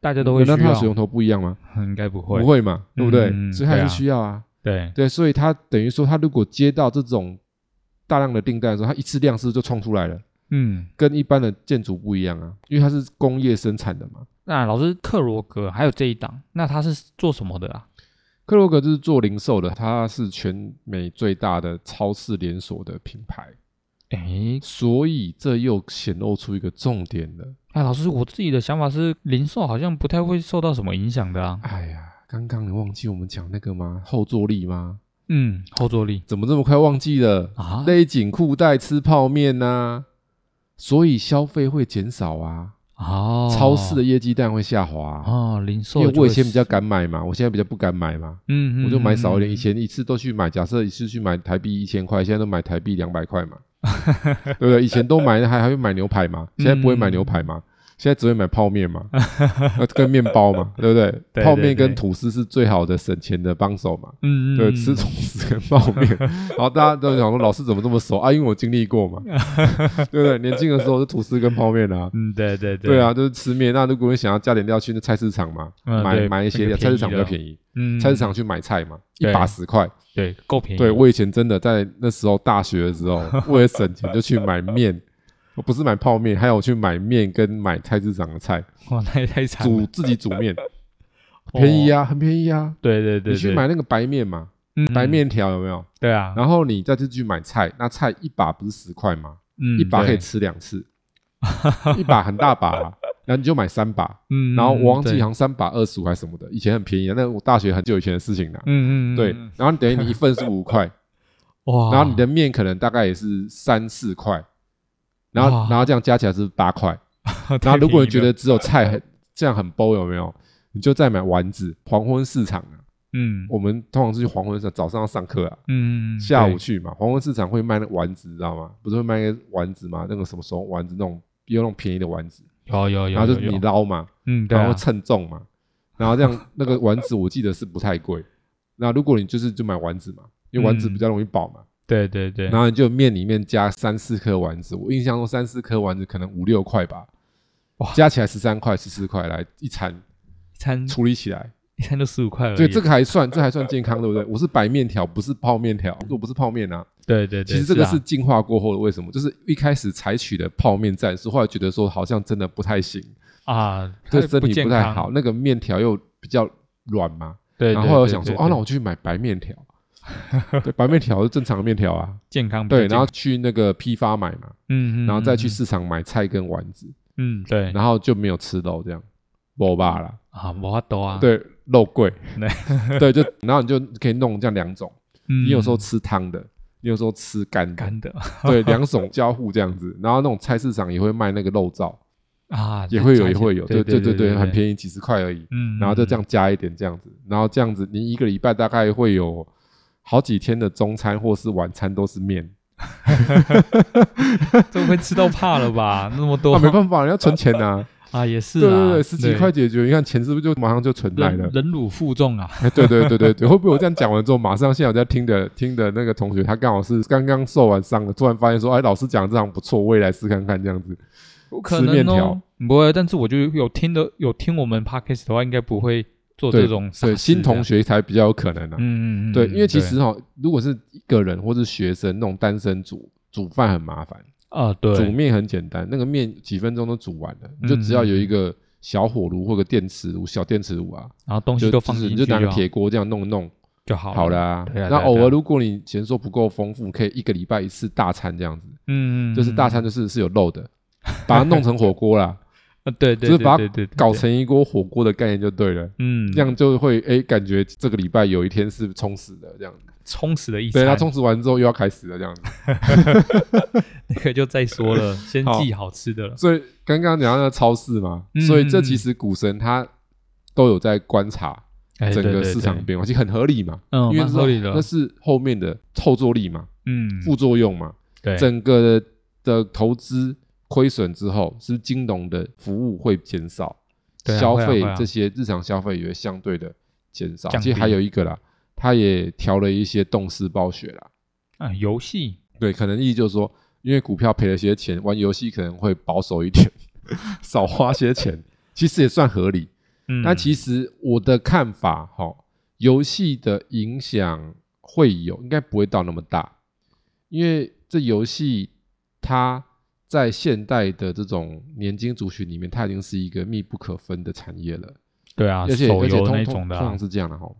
[SPEAKER 1] 大家都会需
[SPEAKER 2] 那它
[SPEAKER 1] 要
[SPEAKER 2] 的，水龙头不一样吗？
[SPEAKER 1] 应该不会，
[SPEAKER 2] 不，会嘛，对不对？
[SPEAKER 1] 嗯嗯
[SPEAKER 2] 所以它还
[SPEAKER 1] 对啊
[SPEAKER 2] 是需要啊，
[SPEAKER 1] 对，
[SPEAKER 2] 对，所以它等于说，它如果接到这种大量的订单的时候，它一次量是不是就冲出来了？
[SPEAKER 1] 嗯，
[SPEAKER 2] 跟一般的建筑不一样啊，因为它是工业生产的嘛。
[SPEAKER 1] 那老师克罗格还有这一档，那他是做什么的啊？
[SPEAKER 2] 克罗格就是做零售的，它是全美最大的超市连锁的品牌，
[SPEAKER 1] 哎，
[SPEAKER 2] 所以这又显露出一个重点了。
[SPEAKER 1] 哎，老师，我自己的想法是，零售好像不太会受到什么影响的啊。
[SPEAKER 2] 哎呀，刚刚你忘记我们讲那个吗？后坐力吗？
[SPEAKER 1] 嗯，后坐力
[SPEAKER 2] 怎么这么快忘记了？
[SPEAKER 1] 啊，
[SPEAKER 2] 勒紧裤带吃泡面呐、所以消费会减少啊，
[SPEAKER 1] 哦，
[SPEAKER 2] 超市的业绩当然会下滑、啊。
[SPEAKER 1] 哦，零售
[SPEAKER 2] 因为
[SPEAKER 1] 就
[SPEAKER 2] 我
[SPEAKER 1] 会
[SPEAKER 2] 以前比
[SPEAKER 1] 死
[SPEAKER 2] 较敢买嘛，我现在比较不敢买嘛，
[SPEAKER 1] 嗯，嗯
[SPEAKER 2] 我就买少一点。
[SPEAKER 1] 嗯
[SPEAKER 2] 以前一次都去买，假设一次去买台币一千块，现在都买台币两百块嘛，对不对？以前都买，还还会买牛排嘛，现在不会买牛排嘛，现在只会买泡面嘛，呃跟面包嘛，对不对？
[SPEAKER 1] 对
[SPEAKER 2] 泡
[SPEAKER 1] 对
[SPEAKER 2] 面跟
[SPEAKER 1] 对
[SPEAKER 2] 吐司是最好的省钱的帮手嘛。
[SPEAKER 1] 嗯，嗯
[SPEAKER 2] 对，
[SPEAKER 1] 嗯
[SPEAKER 2] 吃吐司跟泡面，然后大家都想说老师怎么这么熟啊？因为我经历过嘛，对不对？年轻的时候是吐司跟泡面啊，
[SPEAKER 1] 嗯，对对对，
[SPEAKER 2] 对，啊，就是吃面。那如果你想要加点料，去那菜市场嘛，
[SPEAKER 1] 嗯
[SPEAKER 2] 买
[SPEAKER 1] 对
[SPEAKER 2] 买一些
[SPEAKER 1] 那个
[SPEAKER 2] 料，菜市场比较
[SPEAKER 1] 便
[SPEAKER 2] 便宜，
[SPEAKER 1] 嗯，
[SPEAKER 2] 菜市场去买菜嘛，一
[SPEAKER 1] 对嗯
[SPEAKER 2] 把十块。
[SPEAKER 1] 对够便宜，
[SPEAKER 2] 对我以前真的在那时候大学的时候，为了省钱就去买面，我不是买泡面，还有去买面跟买菜市场 的菜，
[SPEAKER 1] 哇，那也太惨了
[SPEAKER 2] 煮，自己煮面，便宜
[SPEAKER 1] 啊，
[SPEAKER 2] 啊，很便宜啊。
[SPEAKER 1] 对对对，
[SPEAKER 2] 你去
[SPEAKER 1] 对
[SPEAKER 2] 买那个白面嘛，
[SPEAKER 1] 嗯
[SPEAKER 2] 白
[SPEAKER 1] 嗯
[SPEAKER 2] 面条有没有？
[SPEAKER 1] 对啊，
[SPEAKER 2] 然后你再去去买菜，那菜一把不是十块吗？
[SPEAKER 1] 嗯，
[SPEAKER 2] 一把可以
[SPEAKER 1] 对，
[SPEAKER 2] 吃两次，一把很大把 啊，然后你就买三把，
[SPEAKER 1] 嗯，
[SPEAKER 2] 然后我忘记好
[SPEAKER 1] 对
[SPEAKER 2] 像三把二十五还是什么的，以前很便宜啊，那我大学很久以前的事情啦。
[SPEAKER 1] 嗯嗯，嗯
[SPEAKER 2] 对
[SPEAKER 1] 嗯，
[SPEAKER 2] 然后等于你一份是五块，
[SPEAKER 1] 哇，
[SPEAKER 2] 然后你的面可能大概也是三四块，然后
[SPEAKER 1] 哇
[SPEAKER 2] 然后这样加起来是八块，
[SPEAKER 1] 太
[SPEAKER 2] 然后如果
[SPEAKER 1] 便宜
[SPEAKER 2] 你觉
[SPEAKER 1] 了
[SPEAKER 2] 得只有菜很这样很 b 有没有？你就再买丸子。黄昏市场啊，
[SPEAKER 1] 嗯
[SPEAKER 2] 我们通常是去黄昏市场，早上要上课啊，
[SPEAKER 1] 嗯，嗯
[SPEAKER 2] 下午
[SPEAKER 1] 对
[SPEAKER 2] 去嘛，黄昏市场会卖那个丸子，你知道吗？不是会卖那个丸子吗？那个什么熟丸子，那种有那种便宜的丸子，
[SPEAKER 1] 有有有，
[SPEAKER 2] 然后就是
[SPEAKER 1] 有
[SPEAKER 2] 你，捞嘛，
[SPEAKER 1] 嗯，对
[SPEAKER 2] 然后
[SPEAKER 1] 啊，
[SPEAKER 2] 称 重嘛，然后这样那个丸子我记得是不太贵。那如果你就是就买丸子嘛，因为丸子
[SPEAKER 1] 嗯
[SPEAKER 2] 比较容易饱嘛，
[SPEAKER 1] 对对对，
[SPEAKER 2] 然后你就面里面加三四颗丸子，我印象中三四颗丸子可能五六块吧
[SPEAKER 1] 哇，嗯
[SPEAKER 2] 加起来十三块十四块来一餐
[SPEAKER 1] 一餐
[SPEAKER 2] 处理起来，
[SPEAKER 1] 一餐就十五块而已，
[SPEAKER 2] 所以这个还算这还算健康对不对？我是白面条，不是泡面条，我不是泡面啊。
[SPEAKER 1] 对对对，
[SPEAKER 2] 其实这个
[SPEAKER 1] 啊
[SPEAKER 2] 是进化过后的，为什么？就是一开始采取的泡面战术，后来觉得说好像真的不太行，
[SPEAKER 1] 啊，
[SPEAKER 2] 对
[SPEAKER 1] 它
[SPEAKER 2] 身体
[SPEAKER 1] 健
[SPEAKER 2] 不太
[SPEAKER 1] 康
[SPEAKER 2] 好，，那个面条又比较软嘛，
[SPEAKER 1] 对，
[SPEAKER 2] 然
[SPEAKER 1] 对
[SPEAKER 2] 后后来我
[SPEAKER 1] 对
[SPEAKER 2] 想
[SPEAKER 1] 对
[SPEAKER 2] 说，哦，
[SPEAKER 1] 对
[SPEAKER 2] 那我去买白面条， 对，白面条是正常的面条啊，
[SPEAKER 1] 健康比较
[SPEAKER 2] 对，然后
[SPEAKER 1] 健
[SPEAKER 2] 去那个批发买嘛，
[SPEAKER 1] 嗯嗯，
[SPEAKER 2] 然后再
[SPEAKER 1] 嗯，
[SPEAKER 2] 去市场买菜跟丸子，
[SPEAKER 1] 嗯，嗯对，
[SPEAKER 2] 然后就没有吃肉这样，肉吧啦，
[SPEAKER 1] 啊，无法多啊，，
[SPEAKER 2] 对，肉贵，对，就然后你就可以弄这样两种，
[SPEAKER 1] 嗯，
[SPEAKER 2] 你有时候吃汤的，你有时候吃干的。
[SPEAKER 1] 干的
[SPEAKER 2] 对，两种交互这样子，然后那种菜市场也会卖那个肉燥，
[SPEAKER 1] 啊，
[SPEAKER 2] 也会有，
[SPEAKER 1] 加
[SPEAKER 2] 也
[SPEAKER 1] 起来
[SPEAKER 2] 会有，
[SPEAKER 1] 对
[SPEAKER 2] 对
[SPEAKER 1] 对
[SPEAKER 2] 对，很
[SPEAKER 1] 宜，
[SPEAKER 2] 便宜，几十块而已。
[SPEAKER 1] 嗯，
[SPEAKER 2] 然后就这
[SPEAKER 1] 样，
[SPEAKER 2] 样加一点这样子，然后这样子，你一个礼拜大概会有好几天的中餐或是晚餐都是面，
[SPEAKER 1] 嗯这会吃到怕了吧？那么多
[SPEAKER 2] 那啊没办法，你要存钱呐。
[SPEAKER 1] 啊，也 是
[SPEAKER 2] 对对
[SPEAKER 1] 啊，
[SPEAKER 2] 对，十几块解决，你看钱是不是就马上就存来
[SPEAKER 1] 忍
[SPEAKER 2] 了？
[SPEAKER 1] 忍辱负重啊，
[SPEAKER 2] 哎 对对对对对，会不会我这样讲完之后，马上现在有在听的听的那个同学，他刚好是刚刚受完伤的，突然发现说，哎，老师讲得这样不错，我也来试看看这样子。
[SPEAKER 1] 有可
[SPEAKER 2] 吃
[SPEAKER 1] 能
[SPEAKER 2] 面
[SPEAKER 1] 哦
[SPEAKER 2] 条，
[SPEAKER 1] 不会，但是我就有听的，有听我们 podcast 的话，应该不会做这种傻
[SPEAKER 2] 对，
[SPEAKER 1] 事
[SPEAKER 2] 新
[SPEAKER 1] 这
[SPEAKER 2] 同
[SPEAKER 1] 样，
[SPEAKER 2] 学才比较有可能啊。
[SPEAKER 1] 啊嗯嗯嗯，
[SPEAKER 2] 对，
[SPEAKER 1] 嗯
[SPEAKER 2] 因为其实哈，如果是一个人或是学生那种单身煮煮饭很麻烦。
[SPEAKER 1] 啊，对，
[SPEAKER 2] 煮面很简单，那个面几分钟都煮完了，你就
[SPEAKER 1] 嗯
[SPEAKER 2] 只要有一个小火炉或个电磁炉、小电磁炉啊，
[SPEAKER 1] 然后东西
[SPEAKER 2] 就
[SPEAKER 1] 都放
[SPEAKER 2] 就是
[SPEAKER 1] 进
[SPEAKER 2] 你
[SPEAKER 1] 去
[SPEAKER 2] 就拿个
[SPEAKER 1] 好
[SPEAKER 2] 铁锅这样弄一弄，
[SPEAKER 1] 就好
[SPEAKER 2] 好
[SPEAKER 1] 了，
[SPEAKER 2] 啦。
[SPEAKER 1] 对啊对
[SPEAKER 2] 那
[SPEAKER 1] 啊
[SPEAKER 2] 偶
[SPEAKER 1] 对啊
[SPEAKER 2] 尔如果你嫌说不够丰富，可以一个礼拜一次大餐这样子，
[SPEAKER 1] 嗯，嗯
[SPEAKER 2] 就是大，餐就是是有肉的，把它弄成火锅啦，
[SPEAKER 1] 嗯啊对
[SPEAKER 2] 就
[SPEAKER 1] 对，
[SPEAKER 2] 是
[SPEAKER 1] 对
[SPEAKER 2] 把
[SPEAKER 1] 对
[SPEAKER 2] 它
[SPEAKER 1] 对对
[SPEAKER 2] 搞
[SPEAKER 1] 对
[SPEAKER 2] 成一锅火锅的概念就对了。
[SPEAKER 1] 嗯，
[SPEAKER 2] 这样就会哎，感觉这个礼拜有一天是充实的这样子。
[SPEAKER 1] 充实的一
[SPEAKER 2] 对，
[SPEAKER 1] 餐，
[SPEAKER 2] 那充实完之后又要开始了这样子。
[SPEAKER 1] 那个就再说 了，先
[SPEAKER 2] 好
[SPEAKER 1] 记好吃的了。
[SPEAKER 2] 所以刚刚讲到那个超市嘛，
[SPEAKER 1] 嗯
[SPEAKER 2] 所以这其实股神他都有在观察
[SPEAKER 1] 哎
[SPEAKER 2] 整
[SPEAKER 1] 对
[SPEAKER 2] 个
[SPEAKER 1] 对
[SPEAKER 2] 市
[SPEAKER 1] 对
[SPEAKER 2] 场变化，其实很合理嘛，
[SPEAKER 1] 嗯，
[SPEAKER 2] 因为
[SPEAKER 1] 蛮合理的
[SPEAKER 2] 那，是后面的后坐力嘛、
[SPEAKER 1] 嗯，
[SPEAKER 2] 副作用嘛，
[SPEAKER 1] 对，
[SPEAKER 2] 整个的的投资亏损之后，是不是金融的服务会减少，
[SPEAKER 1] 对啊
[SPEAKER 2] 消
[SPEAKER 1] 会啊
[SPEAKER 2] 费
[SPEAKER 1] 会啊
[SPEAKER 2] 这些日常消费也会相对的减少。
[SPEAKER 1] 降
[SPEAKER 2] 其实还
[SPEAKER 1] 低
[SPEAKER 2] 有一个啦，他也调了一些动视暴雪啦，
[SPEAKER 1] 啊游戏
[SPEAKER 2] 对，可能意义就是说，因为股票赔了些钱，玩游戏可能会保守一点， 少花些钱，其实也算合理。
[SPEAKER 1] 嗯，
[SPEAKER 2] 那其实我的看法，哈、游戏的影响会有，应该不会到那么大，因为这游戏它在现代的这种年金族群里面，它已经是一个密不可分的产业了。
[SPEAKER 1] 对啊，
[SPEAKER 2] 而且
[SPEAKER 1] 手
[SPEAKER 2] 而且
[SPEAKER 1] 游
[SPEAKER 2] 通
[SPEAKER 1] 那
[SPEAKER 2] 通
[SPEAKER 1] 种的
[SPEAKER 2] 通
[SPEAKER 1] 啊
[SPEAKER 2] 常，是这样的哈。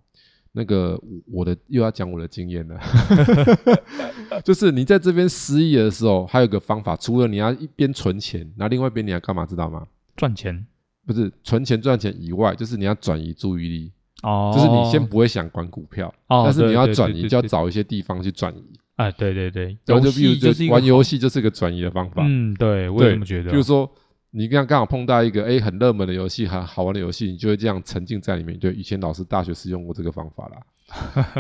[SPEAKER 2] 那个我我的又要讲我的经验了， 就是你在这边失业的时候，还有个方法，除了你要一边存钱，然后另外一边你要干嘛，知道吗？
[SPEAKER 1] 赚钱
[SPEAKER 2] 不是存钱赚钱以外，就是你要转移注意力，
[SPEAKER 1] 哦，
[SPEAKER 2] 就是你先不会想管股票，
[SPEAKER 1] 哦，
[SPEAKER 2] 但是你
[SPEAKER 1] 对
[SPEAKER 2] 要
[SPEAKER 1] 对
[SPEAKER 2] 转
[SPEAKER 1] 对
[SPEAKER 2] 移
[SPEAKER 1] 对
[SPEAKER 2] 就要
[SPEAKER 1] 对
[SPEAKER 2] 找一些地方去转移，
[SPEAKER 1] 哎，对对对，
[SPEAKER 2] 然后
[SPEAKER 1] 游
[SPEAKER 2] 就比
[SPEAKER 1] 戏
[SPEAKER 2] 如
[SPEAKER 1] 是一
[SPEAKER 2] 就
[SPEAKER 1] 个
[SPEAKER 2] 玩
[SPEAKER 1] 好
[SPEAKER 2] 游，戏就是个转移的方法，
[SPEAKER 1] 嗯，对我也
[SPEAKER 2] 对，
[SPEAKER 1] 这么觉得，
[SPEAKER 2] 比如说你刚刚好碰到一个哎很热门的游戏，很好玩的游戏，你就会这样沉浸在里面。对，以前老师 大学是用过这个方法啦。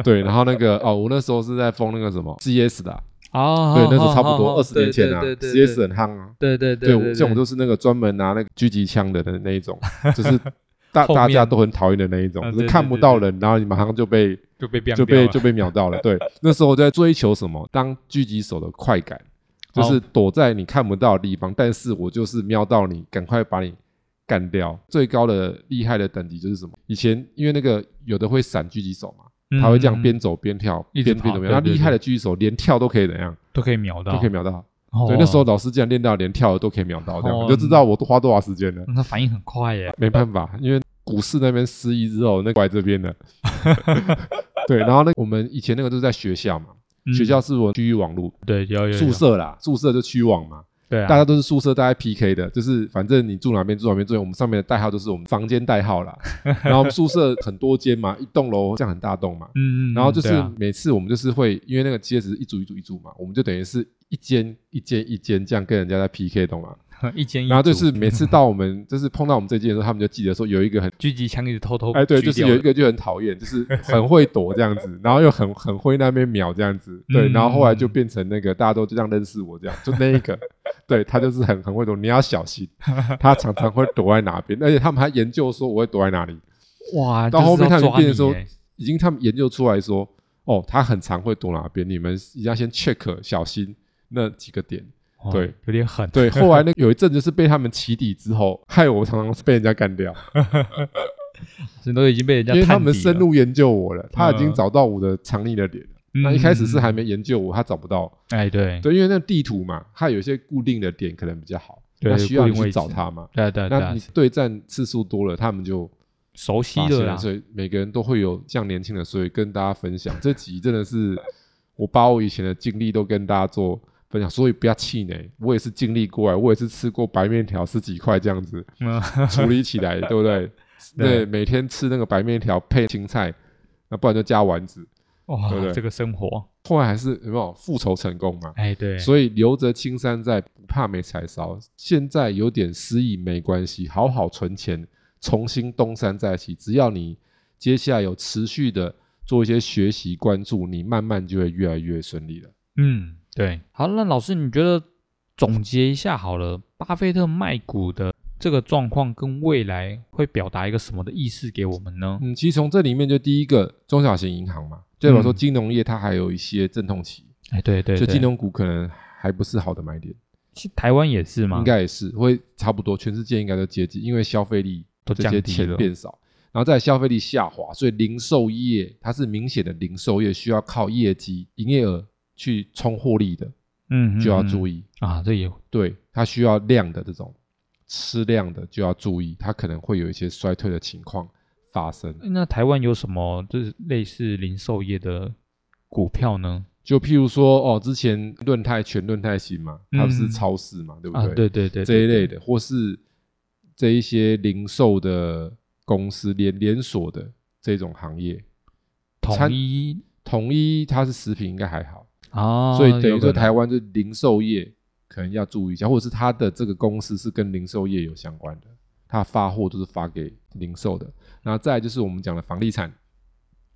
[SPEAKER 2] 对，然后那个哦，我那时候是在封那个什么 CS 的啊、
[SPEAKER 1] 哦，
[SPEAKER 2] 对，
[SPEAKER 1] 好
[SPEAKER 2] 那时候
[SPEAKER 1] 好
[SPEAKER 2] 差不
[SPEAKER 1] 好
[SPEAKER 2] 多
[SPEAKER 1] 好
[SPEAKER 2] 二十年前啊
[SPEAKER 1] 对对对对
[SPEAKER 2] ，CS 很夯啊。
[SPEAKER 1] 对对
[SPEAKER 2] 对，
[SPEAKER 1] 对，
[SPEAKER 2] 像我就是那个专门拿那个狙击枪的那 那一种，就是大
[SPEAKER 1] 后
[SPEAKER 2] 大家
[SPEAKER 1] 面
[SPEAKER 2] 都很讨厌的那一种
[SPEAKER 1] 啊，
[SPEAKER 2] 就
[SPEAKER 1] 对
[SPEAKER 2] 是
[SPEAKER 1] 对
[SPEAKER 2] 看
[SPEAKER 1] 对
[SPEAKER 2] 不
[SPEAKER 1] 对
[SPEAKER 2] 到人，然后你马上就被
[SPEAKER 1] 就被变
[SPEAKER 2] 就被
[SPEAKER 1] 掉
[SPEAKER 2] 就
[SPEAKER 1] 了
[SPEAKER 2] 被秒到了。对，那时候我在追求什么？当狙击手的快感，
[SPEAKER 1] 哦
[SPEAKER 2] 就是躲在你看不到的地方，但是我就是瞄到你，赶快把你干掉。最高的厉害的等级就是什么？以前因为那个有的会闪狙击手嘛，他会这样
[SPEAKER 1] 嗯
[SPEAKER 2] 边走边跳，
[SPEAKER 1] 一
[SPEAKER 2] 边
[SPEAKER 1] 直
[SPEAKER 2] 边
[SPEAKER 1] 跑
[SPEAKER 2] 怎么样？那
[SPEAKER 1] 对对
[SPEAKER 2] 厉害
[SPEAKER 1] 对
[SPEAKER 2] 的狙击手连跳都可以怎样？
[SPEAKER 1] 都可以秒到，
[SPEAKER 2] 都可以秒到。
[SPEAKER 1] 哦
[SPEAKER 2] 对，那时候老师竟然练到连跳的都可以秒到，这样
[SPEAKER 1] 哦
[SPEAKER 2] 你就知道我花多少时间了。
[SPEAKER 1] 那反应很快耶，
[SPEAKER 2] 没办法，因为股市那边失忆之后，那过来这 边了。对，然后那我们以前那个都是在学校嘛，
[SPEAKER 1] 嗯
[SPEAKER 2] 学校是我区域网络
[SPEAKER 1] 对有有有
[SPEAKER 2] 宿舍啦，宿舍就区网嘛，
[SPEAKER 1] 对啊，
[SPEAKER 2] 大家都是宿舍，大家 PK 的，就是反正你住哪边住哪边住哪边，我们上面的代号就是我们房间代号 啦。然后我们宿舍很多间嘛，一栋楼这样很大栋嘛，
[SPEAKER 1] 嗯，嗯
[SPEAKER 2] 然后就是
[SPEAKER 1] 对啊
[SPEAKER 2] 每次我们就是会，因为那个街只是一组一组一组嘛，我们就等于是一间一间一间这样跟人家在 PK，懂吗？
[SPEAKER 1] 一间一组，
[SPEAKER 2] 然后就是每次到我们就是碰到我们这届的时候，他们就记得说有一个很
[SPEAKER 1] 狙击枪一直偷偷
[SPEAKER 2] 哎对，
[SPEAKER 1] 狙
[SPEAKER 2] 就是
[SPEAKER 1] 哦掉
[SPEAKER 2] 有一
[SPEAKER 1] 的
[SPEAKER 2] 个就很讨厌，就是很会躲这样子，然后又很很会那边秒这样子，对，
[SPEAKER 1] 嗯
[SPEAKER 2] 然后后来就变成那个大家都这样认识我这样，就那一 个，对他就是很很会躲，你要小心，他常常会躲在哪边，而且他们还研究说我会躲在哪里，
[SPEAKER 1] 哇，
[SPEAKER 2] 到后面他
[SPEAKER 1] 就是要
[SPEAKER 2] 们
[SPEAKER 1] 抓
[SPEAKER 2] 变
[SPEAKER 1] 你
[SPEAKER 2] 成说
[SPEAKER 1] 耶，
[SPEAKER 2] 已经他们研究出来说，哦，他很常会躲哪边，你们一定要先 check 小心那几个点。
[SPEAKER 1] 哦
[SPEAKER 2] 对
[SPEAKER 1] 有点狠，
[SPEAKER 2] 对，后来那有一阵就是被他们起底之后，害我常常被人家干掉，
[SPEAKER 1] 人都已经被人家
[SPEAKER 2] 因为他
[SPEAKER 1] 探
[SPEAKER 2] 们
[SPEAKER 1] 底
[SPEAKER 2] 深
[SPEAKER 1] 了，
[SPEAKER 2] 入研究我了，他已经
[SPEAKER 1] 嗯
[SPEAKER 2] 找到我的藏匿的点了。那
[SPEAKER 1] 嗯
[SPEAKER 2] 一开始是还
[SPEAKER 1] 嗯
[SPEAKER 2] 没研究我，他找不到。
[SPEAKER 1] 嗯哎对
[SPEAKER 2] 对，因为那地图嘛，它有一些固定的点可能比较好，
[SPEAKER 1] 对
[SPEAKER 2] 那需要你
[SPEAKER 1] 固定位
[SPEAKER 2] 去
[SPEAKER 1] 置
[SPEAKER 2] 找他嘛。
[SPEAKER 1] 对啊对啊对
[SPEAKER 2] 那
[SPEAKER 1] 啊
[SPEAKER 2] 你，对战次数多了，他们就
[SPEAKER 1] 熟悉
[SPEAKER 2] 发
[SPEAKER 1] 了
[SPEAKER 2] 现
[SPEAKER 1] 啦，
[SPEAKER 2] 所以每个人都会有这样年轻的，所以跟大家分享这集真的是我把我以前的经历都跟大家做分享，所以不要气馁，我也是经历过来，啊我也是吃过白面条十几块这样子
[SPEAKER 1] 嗯，
[SPEAKER 2] 处理起来，对不对？
[SPEAKER 1] 对
[SPEAKER 2] 对，每天吃那个白面条配青菜，那不然就加丸子。
[SPEAKER 1] 哇
[SPEAKER 2] 对不对
[SPEAKER 1] 这个生活，
[SPEAKER 2] 后来还是有没有复仇成功嘛？
[SPEAKER 1] 哎对，
[SPEAKER 2] 所以留着青山在，不怕没柴烧。现在有点失意没关系，好好存钱，重新东山再起。只要你接下来有持续的做一些学习关注，你慢慢就会越来越顺利了。
[SPEAKER 1] 嗯，对。好，那老师，你觉得总结一下好了，巴菲特卖股的这个状况跟未来会表达一个什么的意思给我们呢？
[SPEAKER 2] 嗯，其实从这里面就第一个中小型银行嘛，就代表说
[SPEAKER 1] 嗯
[SPEAKER 2] 金融业它还有一些阵痛期，
[SPEAKER 1] 哎，对对
[SPEAKER 2] 所
[SPEAKER 1] 对，
[SPEAKER 2] 以金融股可能还不是好的买点，
[SPEAKER 1] 其实台湾也是嘛，
[SPEAKER 2] 应该也是会差不多，全世界应该都接近，因为消费力
[SPEAKER 1] 都
[SPEAKER 2] 这
[SPEAKER 1] 降
[SPEAKER 2] 些
[SPEAKER 1] 低
[SPEAKER 2] 钱
[SPEAKER 1] 了
[SPEAKER 2] 变少，然后再来消费力下滑，所以零售业它是明显的零售业需要靠业绩、营业额去冲获利的，
[SPEAKER 1] 嗯
[SPEAKER 2] 就要
[SPEAKER 1] 意
[SPEAKER 2] 注意。
[SPEAKER 1] 啊，这也
[SPEAKER 2] 对，它需要量的这种吃量的就要注意，它可能会有一些衰退的情况发生。
[SPEAKER 1] 那台湾有什么就是类似零售业的股票呢？
[SPEAKER 2] 就譬如说哦，之前润泰全润泰新嘛，它不是
[SPEAKER 1] 嗯
[SPEAKER 2] 超市嘛，对不
[SPEAKER 1] 啊，对对对，
[SPEAKER 2] 这一类
[SPEAKER 1] 的，
[SPEAKER 2] 的，或是这一些零售的公司连连锁的这种行业，
[SPEAKER 1] 统
[SPEAKER 2] 餐
[SPEAKER 1] 一
[SPEAKER 2] 统一它是食品应该还好，
[SPEAKER 1] 啊，
[SPEAKER 2] 所以等于
[SPEAKER 1] 有可
[SPEAKER 2] 说
[SPEAKER 1] 能
[SPEAKER 2] 台湾就零售业可能要注意一下，或者是它的这个公司是跟零售业有相关的，它发货都是发给零售的。那再来就是我们讲的房地产，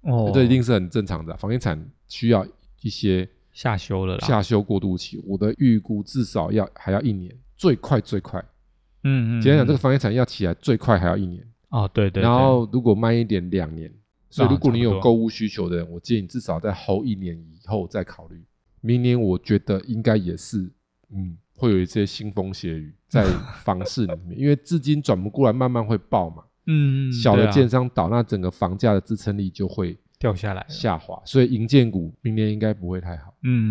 [SPEAKER 1] 哦，
[SPEAKER 2] 这一定是很正常的，房地产需要一些
[SPEAKER 1] 下修了啦，
[SPEAKER 2] 下修过渡期，我的预估至少要还要一年，最快最快。
[SPEAKER 1] 嗯嗯，
[SPEAKER 2] 简单讲，这
[SPEAKER 1] 嗯
[SPEAKER 2] 个房地产要起来最快还要一年。
[SPEAKER 1] 哦，对对，对
[SPEAKER 2] 然后如果慢一点，两年。所以
[SPEAKER 1] 啊
[SPEAKER 2] 如果你
[SPEAKER 1] 差不
[SPEAKER 2] 有
[SPEAKER 1] 多
[SPEAKER 2] 购物需求的人，我建议你至少在后一年以后再考虑。明年我觉得应该也是，嗯，会有一些腥风血雨 在房市里面，因为资金转不过来，慢慢会爆嘛。
[SPEAKER 1] 嗯嗯
[SPEAKER 2] 小
[SPEAKER 1] 对
[SPEAKER 2] 的
[SPEAKER 1] 啊
[SPEAKER 2] 建商倒，那整个房价的支撑力就会
[SPEAKER 1] 掉下来了，
[SPEAKER 2] 下滑，所以银建股明年应该不会太好。
[SPEAKER 1] 嗯，嗯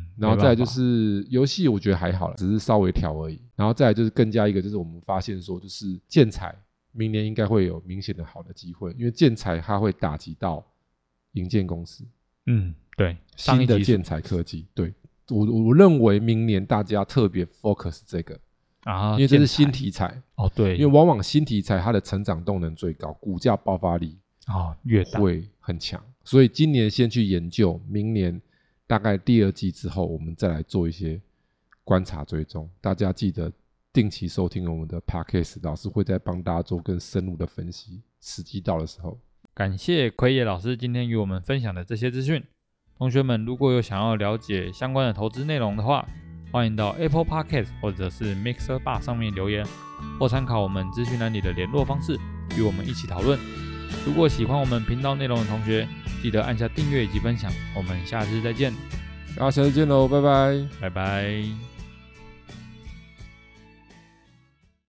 [SPEAKER 1] 嗯，
[SPEAKER 2] 然后
[SPEAKER 1] 没
[SPEAKER 2] 再来
[SPEAKER 1] 办
[SPEAKER 2] 就
[SPEAKER 1] 法
[SPEAKER 2] 是游戏，我觉得还好了，只是稍微调而已。然后再来就是更加一个，就是我们发现说，就是建材明年应该会有明显的好的机会，因为建材它会打击到营建公司
[SPEAKER 1] 嗯，对，上
[SPEAKER 2] 新
[SPEAKER 1] 一
[SPEAKER 2] 的
[SPEAKER 1] 集
[SPEAKER 2] 建材科技。对我我我认为明年大家特别 focus 这个，
[SPEAKER 1] 啊，
[SPEAKER 2] 因为这
[SPEAKER 1] 建
[SPEAKER 2] 是新
[SPEAKER 1] 材
[SPEAKER 2] 题材，
[SPEAKER 1] 哦，对，
[SPEAKER 2] 因为往往新题材它的成长动能最高，股价爆发力
[SPEAKER 1] 哦越大
[SPEAKER 2] 会很强，所以今年先去研究，明年大概第二季之后，我们再来做一些观察追踪。大家记得定期收听我们的 podcast，老师会再帮大家做更深入的分析。时机到的时候，
[SPEAKER 1] 感谢奎野老师今天与我们分享的这些资讯。同学们如果有想要了解相关的投资内容的话，欢迎到 Apple Podcast 或者是 Mixer Bar 上面留言，或参考我们资讯栏里的联络方式，与我们一起讨论。如果喜欢我们频道内容的同学，记得按下订阅以及分享。我们下次再见，
[SPEAKER 2] 大家下次见喽，拜拜。
[SPEAKER 1] 拜拜。